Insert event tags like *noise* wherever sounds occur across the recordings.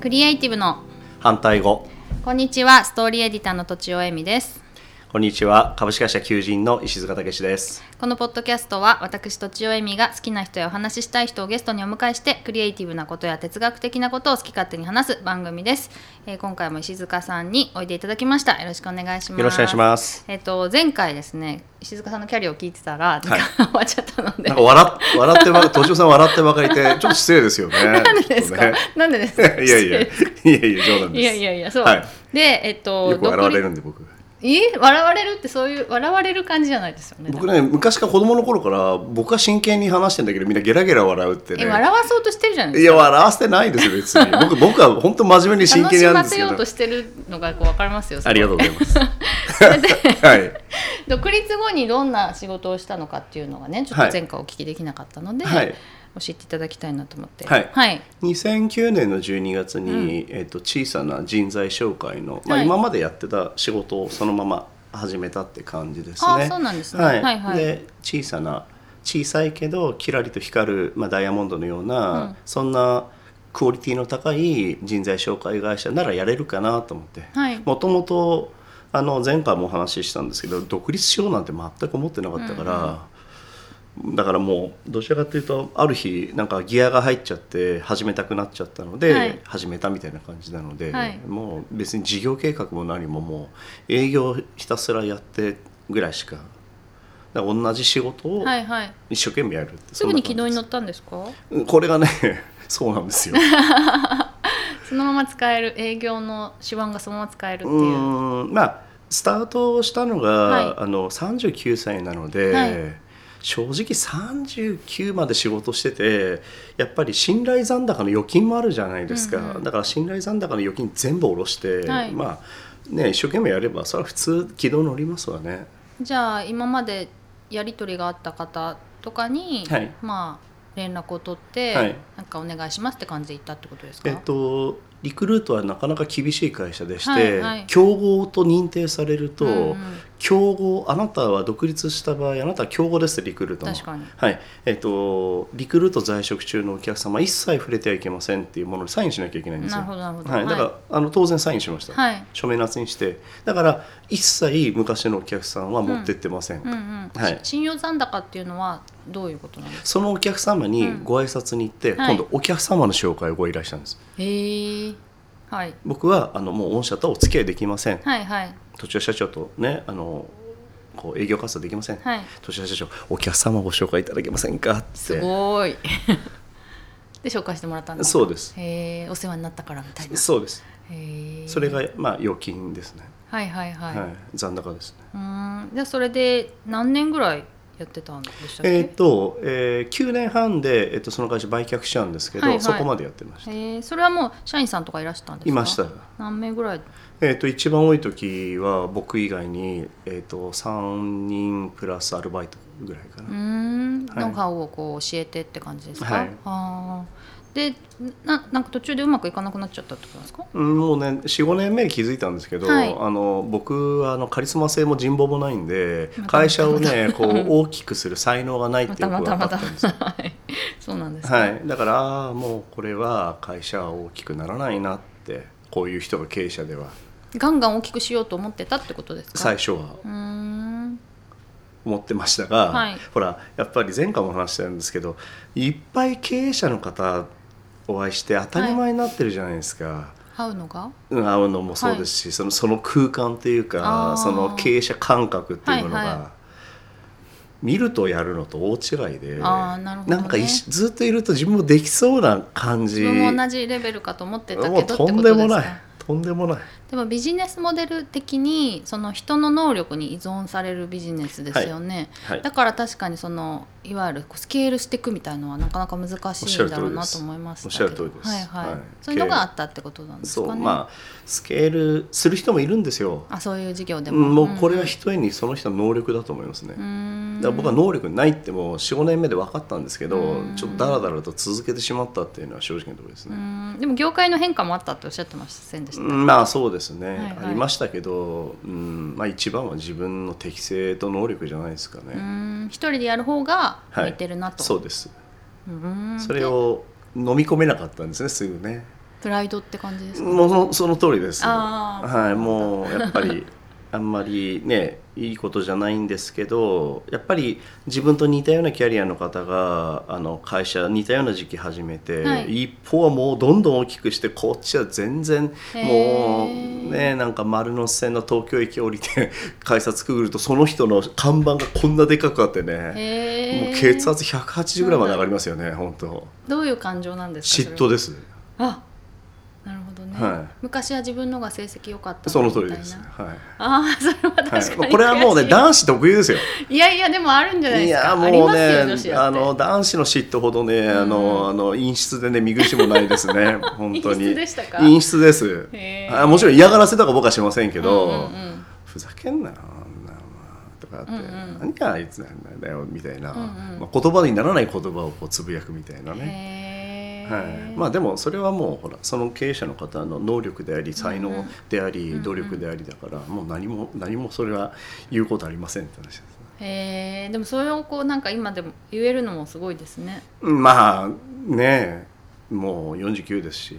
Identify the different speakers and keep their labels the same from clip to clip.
Speaker 1: クリエイティブの
Speaker 2: 反対語
Speaker 1: こんにちはストーリーエディターのとちおえみです
Speaker 2: こんにちは株式会社求人の石塚武史です
Speaker 1: このポッドキャストは私とちおえみが好きな人やお話ししたい人をゲストにお迎えしてクリエイティブなことや哲学的なことを好き勝手に話す番組です、えー今回も石塚さんにおいでいただきましたよろしくお願いします
Speaker 2: よろしくお願いします
Speaker 1: えっ、と前回ですね石塚さんのキャリアを聞いてたら時間
Speaker 2: い
Speaker 1: が終わっちゃったので、
Speaker 2: なんか笑っ笑ってばとちおさん笑って
Speaker 1: *laughs*
Speaker 2: ばかりでちょっと失礼ですよね
Speaker 1: なんでですか、なんでです
Speaker 2: ちょっ
Speaker 1: か
Speaker 2: とね *laughs* いやいやいやいや冗談です
Speaker 1: いやいやいやそう、
Speaker 2: はい
Speaker 1: でえっと
Speaker 2: よく笑われる
Speaker 1: 独
Speaker 2: んで僕
Speaker 1: 立え笑われるってそういう笑われる感じじゃないですよね
Speaker 2: 僕ね昔から子供の頃から僕は真剣に話してんだけどみんなゲラゲラ笑うってね
Speaker 1: え笑わそうとしてるじゃないで
Speaker 2: い
Speaker 1: す
Speaker 2: や
Speaker 1: か
Speaker 2: 笑わせてないですよ別に僕僕は本当真面目に真
Speaker 1: 楽
Speaker 2: 剣に
Speaker 1: し
Speaker 2: やるん
Speaker 1: ま
Speaker 2: です
Speaker 1: せ
Speaker 2: け
Speaker 1: よう
Speaker 2: ど
Speaker 1: としてるのがこう分かりますよ
Speaker 2: ありがとうございます
Speaker 1: すごいそれ *laughs* で
Speaker 2: はい
Speaker 1: 独立後にどんな仕事をしたのかっていうのがねちょっと前回お聞きできなかったので、
Speaker 2: はい
Speaker 1: 教えていただきたいなと思って
Speaker 2: はい
Speaker 1: はい、
Speaker 2: 2009年の12月に、えっと小さな人材紹介の、まあ、
Speaker 1: はい
Speaker 2: 今までやってた仕事をそのまま始めたって感じですね。
Speaker 1: あーそうなんですね
Speaker 2: はい
Speaker 1: はいはい
Speaker 2: で小さな小さいけどキラリと光る、まあ、ダイヤモンドのような、
Speaker 1: うん
Speaker 2: そんなクオリティの高い人材紹介会社ならやれるかなと思って
Speaker 1: はい
Speaker 2: もともとあの前回もお話ししたんですけど独立しようなんて全く思ってなかったから。だからもうどちらかというとある日なんかギアが入っちゃって始めたくなっちゃったので、
Speaker 1: はい
Speaker 2: 始めたみたいな感じなので、
Speaker 1: はい
Speaker 2: もう別に事業計画も何ももう営業ひたすらやってぐらいしかだから同じ仕事を
Speaker 1: はいはい
Speaker 2: 一生懸命やるって
Speaker 1: す
Speaker 2: そん
Speaker 1: ぐ
Speaker 2: な感
Speaker 1: に
Speaker 2: じ
Speaker 1: 軌道に乗ったんですか
Speaker 2: うんこれがね *laughs* そうなんですよ。
Speaker 1: そのまま使える営業の手腕がそのまま使えるっていうう
Speaker 2: ーんまあスタートしたのが、
Speaker 1: はい
Speaker 2: あの39歳なので、
Speaker 1: はい
Speaker 2: 正直39まで仕事しててやっぱり信頼残高の預金もあるじゃないですか、
Speaker 1: うんうん
Speaker 2: だから信頼残高の預金全部下ろして、
Speaker 1: はい
Speaker 2: まあね一生懸命やればそれは普通軌道乗りますわね。
Speaker 1: じゃあ今までやり取りがあった方とかに、
Speaker 2: はい
Speaker 1: まあ連絡を取って、
Speaker 2: はい
Speaker 1: なんかお願いしますって感じで行ったってことですか、
Speaker 2: えっと、リクルートはなかなか厳しい会社でして、
Speaker 1: はいはい
Speaker 2: 競合と認定されると、
Speaker 1: うんうん
Speaker 2: 競合あなたは独立した場合あなたは競合ですリクルートの
Speaker 1: 確かに
Speaker 2: はいえっとリクルート在職中のお客様一切触れてはいけませんっていうものにサインしなきゃいけないんですよ
Speaker 1: なるほどなるほど
Speaker 2: はい、だから、
Speaker 1: は
Speaker 2: あの当然サインしました、
Speaker 1: はい
Speaker 2: 署名捺印してだから一切昔のお客さんは持ってってません、
Speaker 1: うんうん
Speaker 2: はい
Speaker 1: 信用残高っていうのはどういうことなんですか
Speaker 2: そのお客様に
Speaker 1: うん
Speaker 2: ご挨拶に行って、
Speaker 1: はい
Speaker 2: 今度お客様の紹介をご依頼したんです
Speaker 1: へえはい
Speaker 2: 僕はあのもう御社とはお付き合いできません、
Speaker 1: はいはい
Speaker 2: 途中社長とねあのこう営業活動できません、
Speaker 1: はい
Speaker 2: 途中社長お客様ご紹介いただけませんかって
Speaker 1: すごい *laughs* で紹介してもらったんです
Speaker 2: そうです
Speaker 1: へえお世話になったからみたいな
Speaker 2: そうです
Speaker 1: へえ
Speaker 2: それがまあ預金ですね、
Speaker 1: はいはいは、
Speaker 2: はいい残高ですね
Speaker 1: うーんじゃあそれで何年ぐらいやってたんでしたっけ、
Speaker 2: えっ、と、えー、9年半で、えっとその会社売却しちゃうんですけど、
Speaker 1: はいはい
Speaker 2: そこまでやってました
Speaker 1: えー、それはもう社員さんとかいらしたんですか
Speaker 2: いました
Speaker 1: 何名ぐらい
Speaker 2: えっ、と一番多い時は僕以外に、えっと3人プラスアルバイトぐらい
Speaker 1: う
Speaker 2: か
Speaker 1: ー
Speaker 2: な、
Speaker 1: ん、
Speaker 2: はい
Speaker 1: ノウハウをこう教えてって感じですか、
Speaker 2: はい
Speaker 1: あーでななんか途中でうまくいかなくなっちゃったってことなんですか
Speaker 2: うん、もうね45年目に気づいたんですけど、
Speaker 1: はい
Speaker 2: あの僕はあのカリスマ性も人望もないんで
Speaker 1: また
Speaker 2: 会社をねこう大きくする才能がないっ
Speaker 1: ま
Speaker 2: て
Speaker 1: た
Speaker 2: よく
Speaker 1: また
Speaker 2: 分か
Speaker 1: ま
Speaker 2: ったたんですよ。
Speaker 1: はいそうなんですか、
Speaker 2: はい、だからあーもうこれは会社は大きくならないなってこういう人が経営者では
Speaker 1: ガンガン大きくしようと思ってたってことですか
Speaker 2: 最初は
Speaker 1: うーん
Speaker 2: 思ってましたが、
Speaker 1: はい
Speaker 2: ほらやっぱり前回も話したんですけどいっぱい経営者の方お会いして当たり前になってるじゃないですか。
Speaker 1: 会うのが
Speaker 2: うん会うのもそうですし、そのその空間という
Speaker 1: あー
Speaker 2: かその経営者感覚っていうものが、
Speaker 1: はいは
Speaker 2: 見るとやるのと大違いで
Speaker 1: あーなるほどね
Speaker 2: んかいしずっといると自分もできそうな感じ
Speaker 1: 自分も同じレベルかと思ってたけど
Speaker 2: も
Speaker 1: っ
Speaker 2: う
Speaker 1: てこと
Speaker 2: と
Speaker 1: です
Speaker 2: ん
Speaker 1: か
Speaker 2: でもないとんでもない
Speaker 1: でもビジネスモデル的にその人の能力に依存されるビジネスですよね、
Speaker 2: はい
Speaker 1: だから確かにそのいわゆるこうスケールしていくみたいのはなかなか難しいんだろうなと思いましたけど
Speaker 2: おっしゃる通りです
Speaker 1: はいはい、
Speaker 2: はい
Speaker 1: そういうのがあったってことなんです
Speaker 2: そ
Speaker 1: か
Speaker 2: う
Speaker 1: ね
Speaker 2: まあスケールする人もいるんですよ
Speaker 1: あ、そういう事業で
Speaker 2: う
Speaker 1: も、
Speaker 2: んもうこれは
Speaker 1: ん
Speaker 2: ひとえにその人の能力だと思いますね、
Speaker 1: うーん
Speaker 2: だから僕は能力ないってもう45年目で分かったんですけど、
Speaker 1: うん
Speaker 2: ちょっとダラダラと続けてしまったっていうのは正直なところです
Speaker 1: う
Speaker 2: ね、
Speaker 1: ーんでも業界の変化もあったっておっしゃってませんでした、
Speaker 2: うんまあそうですね、
Speaker 1: いはい
Speaker 2: ありましたけど、うんまあ、一番は自分の適性と能力じゃないですか
Speaker 1: うー
Speaker 2: ね、
Speaker 1: ん一人でやる方が
Speaker 2: は
Speaker 1: 向
Speaker 2: い
Speaker 1: いてるなと、
Speaker 2: そうです、
Speaker 1: うーん
Speaker 2: それを飲み込めなかったんですねすぐね
Speaker 1: プライドって感じですか、
Speaker 2: もうそのその通りです、
Speaker 1: あー
Speaker 2: はい、もうやっぱ
Speaker 1: *laughs*
Speaker 2: りあんまりねいいことじゃないんですけどやっぱり自分と似たようなキャリアの方があの会社似たような時期始めて、
Speaker 1: はい
Speaker 2: 一方はもうどんどん大きくしてこっちは全然
Speaker 1: へ
Speaker 2: も
Speaker 1: ー
Speaker 2: うねなんか丸の内線の東京駅降りて *laughs* 改札くぐるとその人の看板がこんなでかくあってね、
Speaker 1: へ
Speaker 2: も
Speaker 1: え
Speaker 2: う血圧180ぐらいまで上がりますよね本当
Speaker 1: どういう感情なんですか
Speaker 2: 嫉
Speaker 1: それ
Speaker 2: 妬
Speaker 1: は
Speaker 2: です
Speaker 1: あなるほどね、
Speaker 2: はい
Speaker 1: 昔は自分のが成績良かった
Speaker 2: そ
Speaker 1: の
Speaker 2: の
Speaker 1: に
Speaker 2: 通り
Speaker 1: みたい
Speaker 2: です、
Speaker 1: な
Speaker 2: はい
Speaker 1: ああそれは確か
Speaker 2: は
Speaker 1: に
Speaker 2: い、これはもうね
Speaker 1: だ
Speaker 2: 男子特有ですよ
Speaker 1: いやいやでもあるんじゃない
Speaker 2: い
Speaker 1: ですか
Speaker 2: や
Speaker 1: あり
Speaker 2: もう
Speaker 1: ますよ
Speaker 2: ね
Speaker 1: 女子だ
Speaker 2: あ
Speaker 1: って
Speaker 2: の男子の嫉妬ほどねあ
Speaker 1: うん
Speaker 2: のあの陰湿でね見苦しもないです
Speaker 1: *laughs*
Speaker 2: ね本当
Speaker 1: 陰
Speaker 2: に
Speaker 1: 湿でしたか
Speaker 2: 陰湿です
Speaker 1: へー
Speaker 2: あもちろん嫌がらせとか僕はしませんけど、
Speaker 1: うんうん
Speaker 2: ふざけんなよあんなのとかって、
Speaker 1: うんうん
Speaker 2: 何があいつなんだよみたいな、
Speaker 1: うんうん
Speaker 2: まあ、言葉にならない言葉をこうつぶやくみたいな
Speaker 1: うん
Speaker 2: ね、
Speaker 1: へー
Speaker 2: はい、まあでもそれはもうほらその経営者の方の能力であり才能であり、努力でありだからもう何も何もそれは言うことありませんって話ですね
Speaker 1: へえでもそれをこうなんか今でも言えるのもすごいですね
Speaker 2: まあねえもう49です
Speaker 1: *laughs*
Speaker 2: し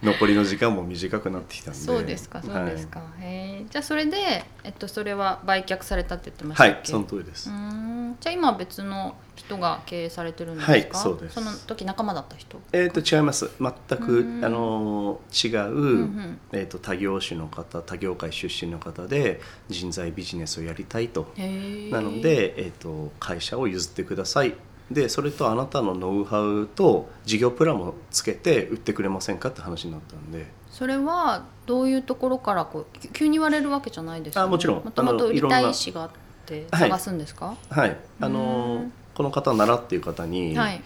Speaker 2: 残りの時間も短くなってきたんで
Speaker 1: そうですかそうですか、へえじゃあそれで、えっと、それは売却されたって言ってました
Speaker 2: は
Speaker 1: っ
Speaker 2: い、
Speaker 1: け
Speaker 2: はい、その通りです
Speaker 1: う、ーんじゃあ今は別の人が経営されてるんですか、
Speaker 2: はいそうです
Speaker 1: その時仲間だった人
Speaker 2: えっ、と違います全く
Speaker 1: うん
Speaker 2: あの違う、
Speaker 1: うんうん
Speaker 2: えー、と多業種の方多業界出身の方で人材ビジネスをやりたいと
Speaker 1: へー
Speaker 2: なので、えー、と会社を譲ってくださいでそれとあなたのノウハウと事業プランもつけて売ってくれませんかって話になったんで。
Speaker 1: それはどういうところからこうき急に言われるわけじゃないですよね
Speaker 2: あもちろん
Speaker 1: もとも
Speaker 2: あ
Speaker 1: と
Speaker 2: の
Speaker 1: 売
Speaker 2: い
Speaker 1: り
Speaker 2: ろん
Speaker 1: た
Speaker 2: ない
Speaker 1: 意思があって
Speaker 2: はい
Speaker 1: 探すんですか
Speaker 2: はい、あ
Speaker 1: う
Speaker 2: の
Speaker 1: ん
Speaker 2: この方ならっていう方に、
Speaker 1: はい。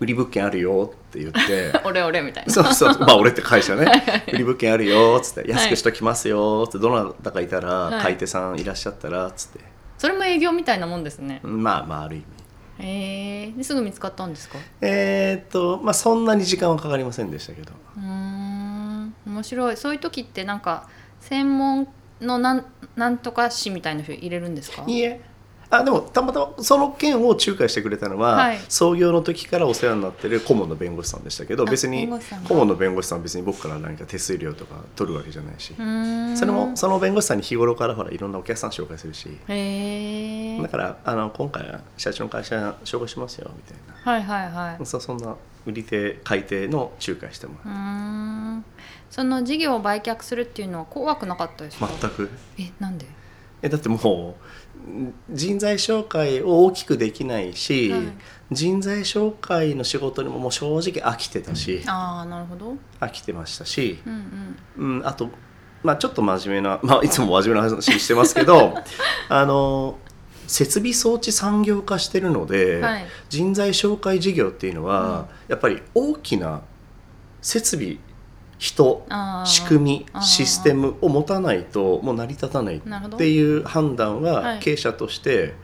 Speaker 2: 売り物件あるよって言って
Speaker 1: *laughs* 俺俺みたいな
Speaker 2: そうそうまあ俺って会社ね売り物件あるよっつって安くしときますよっつってどなたかいたら、
Speaker 1: はい
Speaker 2: 買い手さんいらっしゃったらっつって
Speaker 1: それも営業みたいなもんですね
Speaker 2: まあまあある意味
Speaker 1: へえですぐ見つかったんですか
Speaker 2: えーっとまあそんなに時間はかかりませんでしたけど
Speaker 1: うーん面白いそういう時ってなんか専門のなんなんとか誌みたいな人入れるんですか
Speaker 2: いいえあでもたまたまその件を仲介してくれたのは、
Speaker 1: はい
Speaker 2: 創業の時からお世話になってる顧問の弁護士さんでしたけど
Speaker 1: あ
Speaker 2: 別に
Speaker 1: 弁護士さんが
Speaker 2: 顧問の弁護士さんは別に僕から何か手数料とか取るわけじゃないし、
Speaker 1: うーん
Speaker 2: それもその弁護士さんに日頃からほらいろんなお客さん紹介するし、
Speaker 1: へえ
Speaker 2: だからあの今回は社長の会社紹介しますよみたい
Speaker 1: はいはいはい
Speaker 2: なそそんな売り手買い手の仲介しても
Speaker 1: う
Speaker 2: らう、
Speaker 1: ーんその事業を売却するっていうのは怖くなかったですか
Speaker 2: 全く
Speaker 1: えなんで
Speaker 2: えだってもうん人材紹介を大きくできないし、
Speaker 1: はい
Speaker 2: 人材紹介の仕事にももう正直飽きてたし、
Speaker 1: ああなるほど
Speaker 2: 飽きてましたし、
Speaker 1: うんうん
Speaker 2: うん、あと、まあ、ちょっと真面目な、 *laughs* まあ、いつも真面目な話してますけどあの設備装置産業化してるので、
Speaker 1: はい
Speaker 2: 人材紹介事業っていうのは、やっぱり大きな設備人
Speaker 1: あー
Speaker 2: 仕組
Speaker 1: あ
Speaker 2: み
Speaker 1: ー
Speaker 2: システムを持たないともう成り立たないっ
Speaker 1: なるほど
Speaker 2: ていう判断
Speaker 1: は
Speaker 2: はい経営者として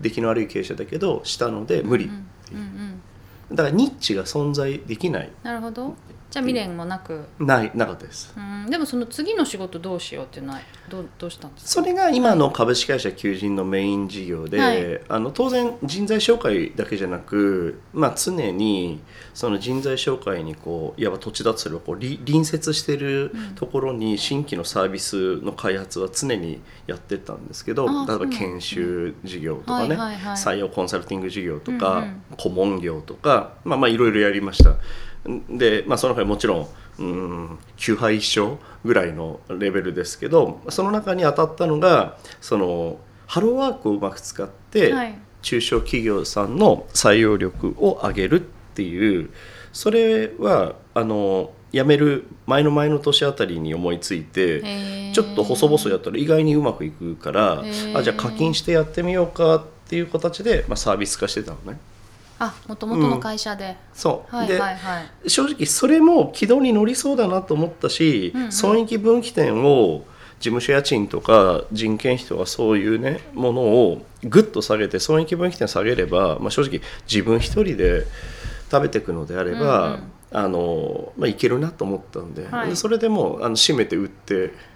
Speaker 2: 出来の悪い経営者だけどしたので無理っ
Speaker 1: うん
Speaker 2: て
Speaker 1: う
Speaker 2: い
Speaker 1: んう
Speaker 2: うんだからニッチが存在できない
Speaker 1: なるほどじゃあ未練もなく
Speaker 2: ないなかったです
Speaker 1: うんでもその次の仕事どうしようっていうのはどうどうしたんですか
Speaker 2: それが今の株式会社求人のメイン事業で、
Speaker 1: はい
Speaker 2: あの当然人材紹介だけじゃなく、まあ、常にその人材紹介にこういわば土地だとすればこうり隣接しているところに新規のサービスの開発は常にやってったんですけど、
Speaker 1: ああ
Speaker 2: 例
Speaker 1: そう
Speaker 2: え
Speaker 1: な
Speaker 2: ば
Speaker 1: んですね
Speaker 2: 研修事業とかね、
Speaker 1: はいはいはい
Speaker 2: 採用コンサルティング事業とか、
Speaker 1: うんうん
Speaker 2: 顧問業とか、まあ、まあいろいろやりました。で、まあ、その中でもちろんうん9敗1勝ぐらいのレベルですけどその中に当たったのがそのハローワークをうまく使って、
Speaker 1: はい
Speaker 2: 中小企業さんの採用力を上げるっていうそれはあの辞める前の前の年あたりに思いつい
Speaker 1: へ
Speaker 2: て。
Speaker 1: ー
Speaker 2: ちょっと細々やったら意外にうまくいくから
Speaker 1: へー
Speaker 2: あじゃあ課金してやってみようかっていう形で、まあ、サービス化してたのね
Speaker 1: あもともとの会社で、
Speaker 2: そう、
Speaker 1: はい
Speaker 2: で、
Speaker 1: はいはい
Speaker 2: 正直それも軌道に乗りそうだなと思ったし、
Speaker 1: うんうん
Speaker 2: 損益分岐点を事務所家賃とか人件費とかそういうねものをぐっと下げて損益分岐点下げれば、まあ、正直自分一人で食べていくのであれば、
Speaker 1: うんうん
Speaker 2: あのまあ、いけるなと思ったんで,で、
Speaker 1: はい
Speaker 2: それでもうあの締めて売って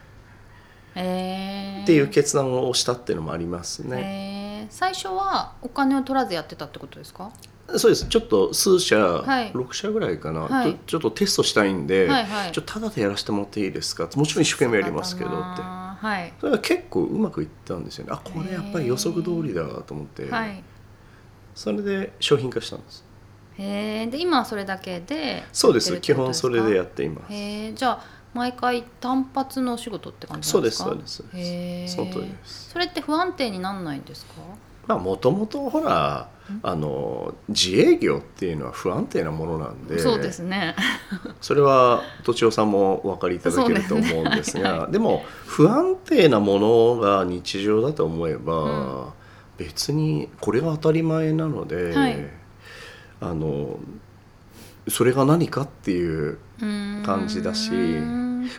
Speaker 1: へー
Speaker 2: っていう決断をしたっていうのもありますね。
Speaker 1: へー最初はお金を取らずやってたってことですか
Speaker 2: そうですちょっと数社、
Speaker 1: はい
Speaker 2: 6社ぐらいかな、
Speaker 1: はい
Speaker 2: とちょっとテストしたいんで、
Speaker 1: はいはい
Speaker 2: ちょっとただでやらせてもらっていいですかもちろん一生懸命やりますけどって
Speaker 1: はい
Speaker 2: それが結構うまくいったんですよねあこれやっぱり予測通りだと思って、
Speaker 1: はい
Speaker 2: それで商品化したんです
Speaker 1: へえで今はそれだけで
Speaker 2: そうです
Speaker 1: やって
Speaker 2: 基
Speaker 1: るってこと
Speaker 2: 本それでやっていま
Speaker 1: か
Speaker 2: す
Speaker 1: へえじゃあ毎回単発のお仕事って感じな
Speaker 2: そうんで
Speaker 1: ですすか
Speaker 2: そうですそうです
Speaker 1: へえ
Speaker 2: その通りです
Speaker 1: それって不安定になんないんですか
Speaker 2: まあもともとほらあの自営業っていうのは不安定なものなんで
Speaker 1: そうですね
Speaker 2: それは栃尾さんもお分かりいただけると思うんです
Speaker 1: そうですねはい
Speaker 2: がでも不安定なものが日常だと思えば、別にこれが当たり前なので、
Speaker 1: はい
Speaker 2: あのそれが何かっていう
Speaker 1: 感
Speaker 2: 感じだし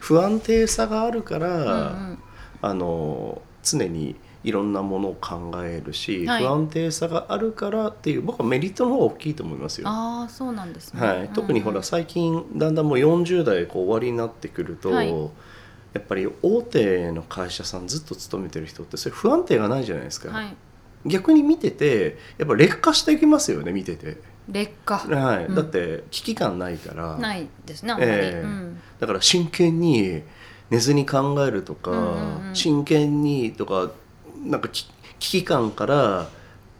Speaker 2: 不安定さがあるから、
Speaker 1: うん
Speaker 2: あの常にいろんなものを考えるし、
Speaker 1: はい
Speaker 2: 不安定さがあるからっていう僕はメリットの方が大きいと思いますよ。
Speaker 1: ああそうなんですね、
Speaker 2: はい、特にほら
Speaker 1: うん
Speaker 2: 最近だんだんもう40代こう終わりになってくると、
Speaker 1: はい
Speaker 2: やっぱり大手の会社さんずっと勤めてる人ってそれ不安定がないじゃないです
Speaker 1: う
Speaker 2: か、
Speaker 1: んはい
Speaker 2: 逆に見ててやっぱ劣化していきますよね見てて、
Speaker 1: 劣化
Speaker 2: はい
Speaker 1: うん
Speaker 2: だって危機感ないから
Speaker 1: ないですねあんまり、
Speaker 2: ええ
Speaker 1: うん
Speaker 2: だから真剣に寝ずに考えるとか、
Speaker 1: うんうんうん
Speaker 2: 真剣にとかなんかき危機感から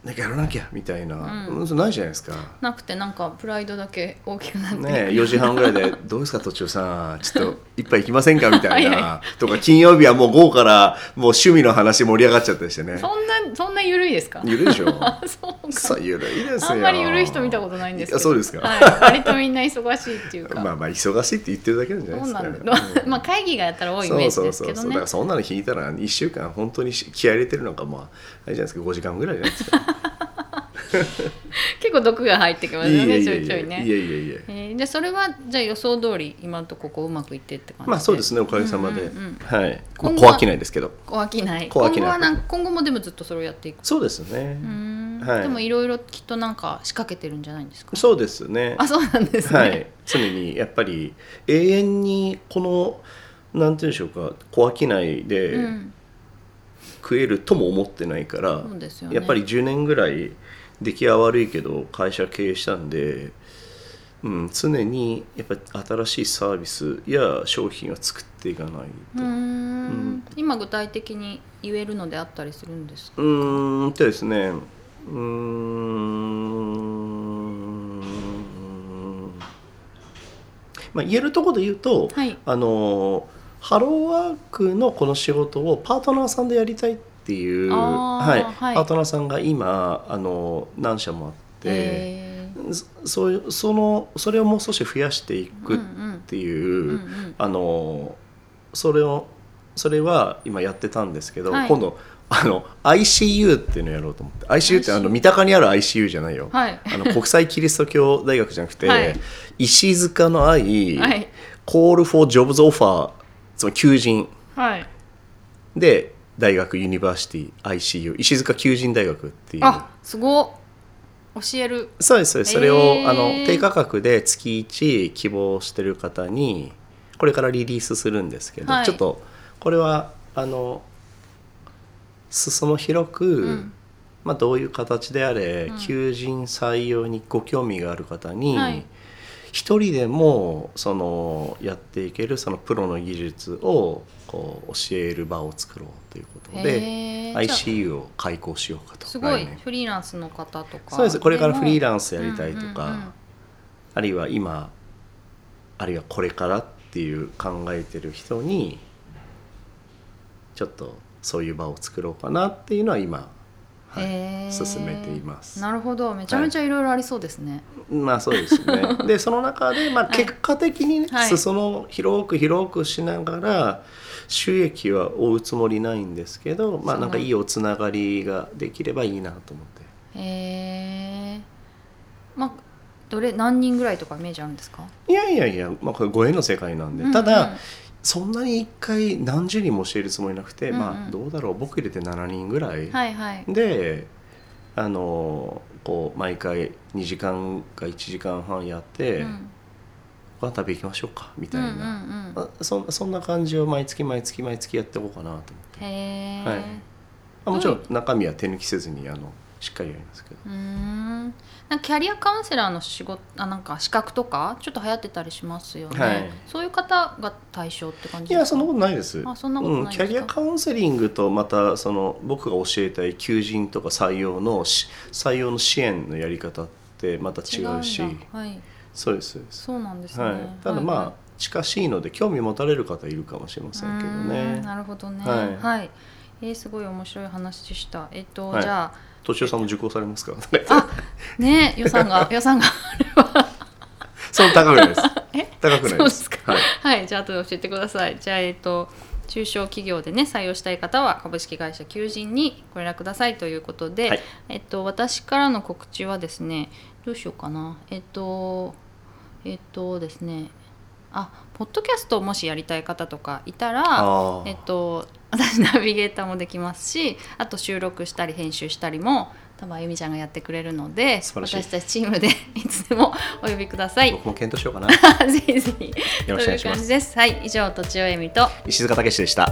Speaker 2: なんかやらなきゃみたいな、
Speaker 1: う
Speaker 2: そうないじゃないですか。
Speaker 1: なくてなんかプライドだけ大きくなって、
Speaker 2: ね、4時半ぐらいで「どうですか途中さんちょっと一杯行きませんか?」
Speaker 1: *laughs*
Speaker 2: みたいな
Speaker 1: はいは
Speaker 2: とか金曜日はもう午後からもう趣味の話盛り上がっちゃったりしてね
Speaker 1: そんなそんな緩いですか
Speaker 2: ゆるいでしょ
Speaker 1: あ *laughs* そうか
Speaker 2: そうゆるいですよ
Speaker 1: あんまり緩い人見たことないんですけど
Speaker 2: いやそうですか
Speaker 1: はい、割とみんな忙しいっていうか、
Speaker 2: *laughs* まあまあ忙しいって言ってるだけなんじゃない
Speaker 1: そうなん
Speaker 2: です
Speaker 1: だ
Speaker 2: か、うん
Speaker 1: *laughs* まあ会議がやったら多いイメージですけど
Speaker 2: だ
Speaker 1: ね
Speaker 2: からそんなの引いたら1週間本当に気合い入れてるのかまああれじゃないですか5時間ぐらいじゃないですか
Speaker 1: 結構毒が入ってきますよ
Speaker 2: いえ
Speaker 1: ね
Speaker 2: い
Speaker 1: ちょ
Speaker 2: え
Speaker 1: い
Speaker 2: い
Speaker 1: ちょ
Speaker 2: え
Speaker 1: いね
Speaker 2: いえいえいえ
Speaker 1: えー、じゃあそれはじゃあ予想通り今のとここううまくいってって感じ
Speaker 2: まあそうですねおかげさまで、
Speaker 1: うんうんうん
Speaker 2: はい、まあ、
Speaker 1: 今後は
Speaker 2: 小商いですけど
Speaker 1: 小飽きない
Speaker 2: 小飽き
Speaker 1: 今後
Speaker 2: ない
Speaker 1: はなん今後もでもずっとそれをやっていく
Speaker 2: そうですね、
Speaker 1: うーん、
Speaker 2: はい
Speaker 1: でもいろいろきっとなんか仕掛けてるんじゃないんですか
Speaker 2: そうですね
Speaker 1: あそうなんですね、
Speaker 2: はい、常にやっぱり永遠にこのなんて言うんでしょうか小商いで
Speaker 1: うん、
Speaker 2: 食えるとも思ってないから、
Speaker 1: そうですよね
Speaker 2: やっぱり10年ぐらい出来は悪いけど会社経営したんで、うん、常にやっぱ新しいサービスや商品を作っていかないうと。
Speaker 1: ー
Speaker 2: うん
Speaker 1: ん今具体的に言えるのであったりするんですか
Speaker 2: ーんとですねうーんまあ言えるところで言うと、
Speaker 1: はい
Speaker 2: あのハローワークのこの仕事をパートナーさんでやりたいっていう、
Speaker 1: あー
Speaker 2: はい
Speaker 1: はい
Speaker 2: パートナーさんが今あの何社もあって、
Speaker 1: へー
Speaker 2: そそういうそのそれをもう少し増やしていく
Speaker 1: う
Speaker 2: っ
Speaker 1: んうん
Speaker 2: ていう、
Speaker 1: うんうん
Speaker 2: あのそれをそれは今やってたんですけど、
Speaker 1: はい
Speaker 2: 今度あの ICU っていうのをやろうと思って ICU ってあの
Speaker 1: ICU
Speaker 2: 三鷹にある ICU じゃないよ、
Speaker 1: はい
Speaker 2: あの国際キリスト教大学じゃなくて、
Speaker 1: はい
Speaker 2: 石塚の愛、
Speaker 1: はい
Speaker 2: コール・フォー・ジョブズ・オファーつまり求人
Speaker 1: はい
Speaker 2: で大学ユニバーシティ ICU 石塚求人大学っていう
Speaker 1: あすごっ教える
Speaker 2: そうですそうですそれを、
Speaker 1: へー
Speaker 2: あの低価格で月1希望してる方にこれからリリースするんですけど、
Speaker 1: はい
Speaker 2: ちょっとこれはあの裾野広く、
Speaker 1: ん
Speaker 2: まあ、どういう形であれ、
Speaker 1: うん
Speaker 2: 求人採用にご興味がある方に、
Speaker 1: はい
Speaker 2: 一人でもそのやっていけるそのプロの技術をこう教える場を作ろうということで
Speaker 1: へーじゃあ
Speaker 2: ICU を開講しようかと
Speaker 1: すごい
Speaker 2: 来年
Speaker 1: フリーランスの方とか
Speaker 2: そうですこれからフリー
Speaker 1: ン
Speaker 2: ランスやりたいとか、
Speaker 1: うんうんうん
Speaker 2: あるいは今あるいはこれからっていう考えてる人にちょっとそういう場を作ろうかなっていうのは今、はい
Speaker 1: へー
Speaker 2: 進めています
Speaker 1: なるほどめちゃめちゃいろいろありそうですね、
Speaker 2: まあそうですね
Speaker 1: *laughs*
Speaker 2: でその中で、まあ、結果的に、ね
Speaker 1: はい
Speaker 2: 裾野を広く広くしながら収益は追うつもりないんですけど、まあ、
Speaker 1: そう
Speaker 2: なんかいいおつながりができればいいなと思って。
Speaker 1: へえまあどれ何人ぐらいとかイメージあるんですか
Speaker 2: いやいやいや、まあ、これご縁の世界なんで、
Speaker 1: うんうん
Speaker 2: ただそんなに一回何十人も教えるつもりなくて、
Speaker 1: うんうん
Speaker 2: まあどうだろう僕入れて7人ぐらい、
Speaker 1: はいはい
Speaker 2: であのこう毎回2時間か1時間半やって、
Speaker 1: うん
Speaker 2: ご飯食べ行きましょうかみた
Speaker 1: う
Speaker 2: い
Speaker 1: ん
Speaker 2: な、
Speaker 1: うんうん
Speaker 2: まあ、そんそんな感じを毎月毎月毎月やっていこうかなと思って
Speaker 1: へえ、
Speaker 2: はいあもちろん中身は手抜きせずにあのしっかりやりますけど
Speaker 1: うーんなんかキャリアカウンセラーの仕事あなんか資格とかちょっと流行ってたりしますよね、
Speaker 2: はい
Speaker 1: そういう方が対象って感じ
Speaker 2: い
Speaker 1: で
Speaker 2: や
Speaker 1: す
Speaker 2: そ
Speaker 1: か
Speaker 2: んなことないです
Speaker 1: あそんなことない
Speaker 2: うん、キャリアカウンセリングとまたその僕が教えたい求人とか採用のし採用の支援のやり方ってまた違うし
Speaker 1: んだはい、
Speaker 2: そうですそうです、
Speaker 1: そうなんですね、
Speaker 2: はい、ただまあ、近しいので興味持たれる方いるかもしれませんけど
Speaker 1: うーん
Speaker 2: ね
Speaker 1: なるほどね。は。
Speaker 2: はいい
Speaker 1: えーすごい面白い話でした。えっと、
Speaker 2: はい
Speaker 1: じゃ
Speaker 2: 敏夫さんも受講されますから *laughs* ね
Speaker 1: あね予算
Speaker 2: *laughs*
Speaker 1: が予算が
Speaker 2: そんな高くないです
Speaker 1: *laughs* え
Speaker 2: 高くないです
Speaker 1: そうですか。
Speaker 2: はい
Speaker 1: はい。じゃあ後で教えてください。じゃあえっと中小企業でね採用したい方は株式会社求人にご連絡くださいということで、
Speaker 2: はい
Speaker 1: えっと私からの告知はですねどうしようかな。えっとえっとですね。あポッドキャストをもしやりたい方とかいたら
Speaker 2: あー
Speaker 1: えっと、私 *laughs* ナビゲーターもできますしあと収録したり編集したりも多分あゆみちゃんがやってくれるので
Speaker 2: 素晴らしい
Speaker 1: 私たちチームで *laughs* いつでもお呼びください。
Speaker 2: 僕も検討しようかな
Speaker 1: *laughs* ぜひぜひ
Speaker 2: よろしくお願いし
Speaker 1: という
Speaker 2: ます
Speaker 1: 感じです。はい、以上とちおえみと
Speaker 2: 石塚武史でした